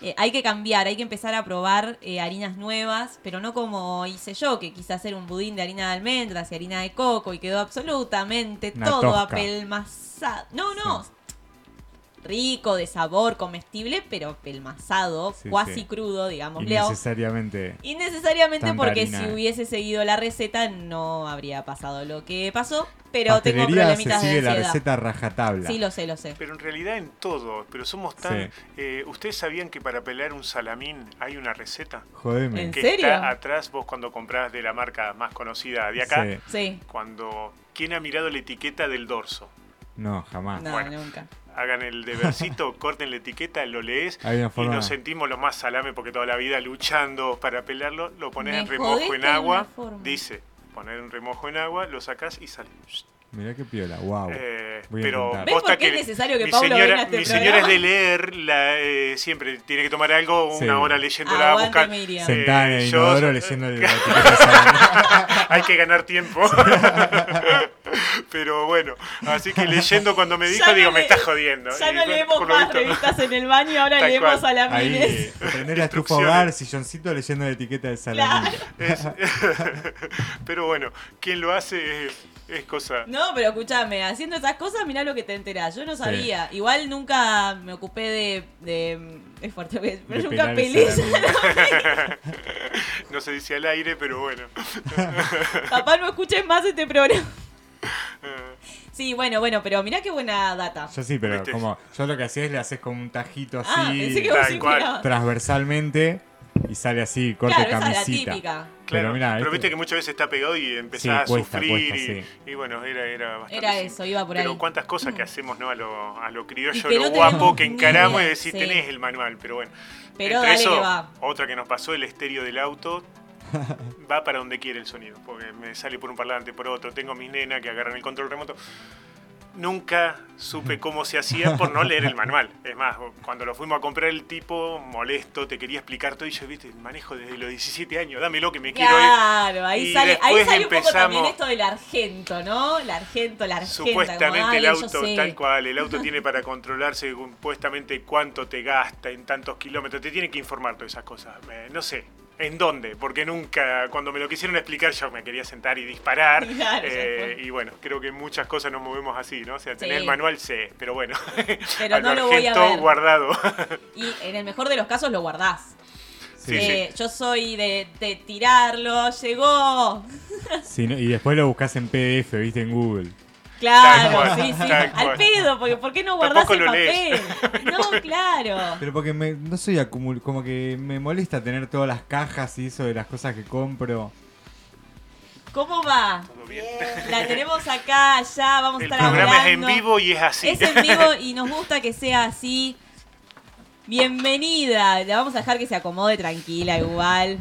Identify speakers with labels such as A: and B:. A: Eh, hay que cambiar, hay que empezar a probar eh, harinas nuevas, pero no como hice yo, que quise hacer un budín de harina de almendras y harina de coco y quedó absolutamente
B: Una
A: todo
B: tosca.
A: apelmazado. No, no. Rico, de sabor, comestible, pero apelmazado,
B: Sí,
A: cuasi
B: sí.
A: crudo, digamos. Le hago-
B: Innecesariamente.
A: Innecesariamente
B: Tanta
A: porque
B: harina.
A: si hubiese seguido la receta no habría pasado lo que pasó, pero tengo
B: Pastelería se
A: problemitas de
B: sigue la
A: ansiedad.
B: receta rajatabla.
A: Sí, lo sé, lo sé.
C: Pero en realidad en todo, pero somos tan...
B: Sí.
C: eh, ¿Ustedes sabían que para pelar un salamín hay una receta?
B: Jodeme.
A: ¿En
C: Que
A: serio?
C: está atrás vos cuando comprás de la marca más conocida de acá,
B: Sí.
A: Sí.
C: cuando... ¿Quién ha mirado la etiqueta del dorso?
B: No, jamás.
A: No,
C: bueno.
A: nunca.
C: Hagan el debercito, corten la etiqueta, lo lees
B: Hay una
C: y
B: forma-
C: nos sentimos los más salame porque toda la vida luchando para pelarlo, lo pones
A: Me
C: en remojo
A: jodiste
C: en
A: de
C: agua,
A: una forma.
C: dice, poner en remojo en agua, lo sacás y sale.
B: Mirá qué piola. Wow.
C: Eh,
B: Voy a
C: pero
B: intentar.
A: ¿Ves por
C: posta
A: qué es necesario que
C: mi
A: Pablo
C: señora,
A: venga a este
C: mi
A: programa?
C: señora es de leer, la, eh, siempre tiene que tomar algo, una
B: Sí.
C: hora leyéndola,
A: Aguante,
C: buscar.
A: Miriam.
B: Sentada en
C: eh,
B: el
C: yo-
B: inodoro leyendo el- la etiqueta de salame.
C: Hay que ganar tiempo. Pero bueno, así que leyendo cuando me dijo,
A: Ya no
C: digo,
A: le-
C: me está jodiendo.
A: Ya
C: Y
A: no
C: bueno,
A: leemos
C: por lo
A: más
C: visto,
A: revistas en el baño, ahora
C: Tal
A: leemos
C: cual.
A: salamines.
B: Ahí, prender la estufa
C: Instrucciones.
B: hogar, silloncito leyendo la etiqueta de salame.
C: Es- Pero bueno, quien lo hace es, es cosa.
A: No, pero escúchame, haciendo esas cosas, mirá lo que te enterás. Yo no sabía. Igual nunca me ocupé de. de es fuerte, pero
B: De
A: nunca
B: pelar el
A: peleé.
B: salamín.
C: No se dice al aire, pero bueno.
A: Papá, no escuches más este programa. Sí, bueno, bueno, pero mirá qué buena data.
B: Yo sí, pero
C: ¿Viste?
B: como yo lo que hacía es le haces como un tajito así
A: ah, pensé que vos
C: tal
A: sí
C: cual.
A: mirabas.
B: transversalmente y sale así, corte
A: Claro, esa es la
B: camisita.
A: típica.
C: Claro, pero,
B: pero mirá, este-
C: viste que muchas veces está pegado y empezás
B: Sí,
C: a
B: cuesta,
C: sufrir.
B: cuesta,
C: y,
B: sí.
C: y bueno, era, era bastante.
A: Era
C: simple.
A: eso, iba por
C: pero
A: ahí.
C: cuántas cosas que hacemos ¿no? a, lo, a lo
A: Mm. Y
C: criollo,
A: que
C: lo
A: no
C: guapo
A: tenemos
C: que
A: ni
C: encaramos y
A: idea,
C: decís,
A: sí.
C: tenés el manual, pero bueno.
A: Pero
C: Entre
A: dale
C: eso,
A: que va.
C: otra que nos pasó, el estéreo del auto. Va para donde quiere el sonido, porque me sale por un parlante, por otro. Tengo mis nenas que agarran el control remoto. Nunca supe cómo se hacía por no leer el manual. Es más, cuando lo fuimos a comprar el tipo, molesto, te quería explicar todo y yo, viste, manejo desde los 17 años, dámelo que me quiero ir.
A: Claro, ahí
C: Y
A: sale, ahí
C: después
A: sale un poco también
C: empezamos-
A: esto del argento, ¿no? El argento, la argenta. como,
C: Supuestamente
A: "Ay,
C: el
A: yo
C: auto,
A: sé".
C: tal cual, el auto tiene para controlarse supuestamente cuánto te gasta en tantos kilómetros, te tiene que informar todas esas cosas. Eh, no sé, ¿en dónde? Porque nunca, cuando me lo quisieron explicar yo me quería sentar y disparar.
A: Claro, ya
C: Eh,
A: fue.
C: y bueno, creo que en muchas cosas nos movemos así, ¿no? O sea, tener
A: Sí.
C: el manual sé, pero bueno,
A: Pero
C: a
A: no lo voy a
C: argento
A: ver.
C: guardado.
A: Y en el mejor de los casos lo guardás.
B: Sí,
A: Eh, Yo soy de, de tirarlo, llegó.
B: Si no- y después lo buscas en PDF, viste, en Google.
A: Claro,
C: Tal cual,
A: sí, sí.
C: tal
A: Al
C: cual.
A: pedo, porque ¿por qué no guardás
C: Tampoco
A: el
C: lo
A: papel?
C: lees.
A: No, claro.
B: Pero porque me- no soy acumul, como que me molesta tener todas las cajas y eso de las cosas que compro.
A: ¿Cómo va?
C: Todo bien.
A: La tenemos acá, ya, vamos a
C: El
A: estar
C: programa es en
A: hablando.
C: vivo y es así.
A: Es en vivo y nos gusta que sea así. Bienvenida. La vamos a dejar que se acomode tranquila igual.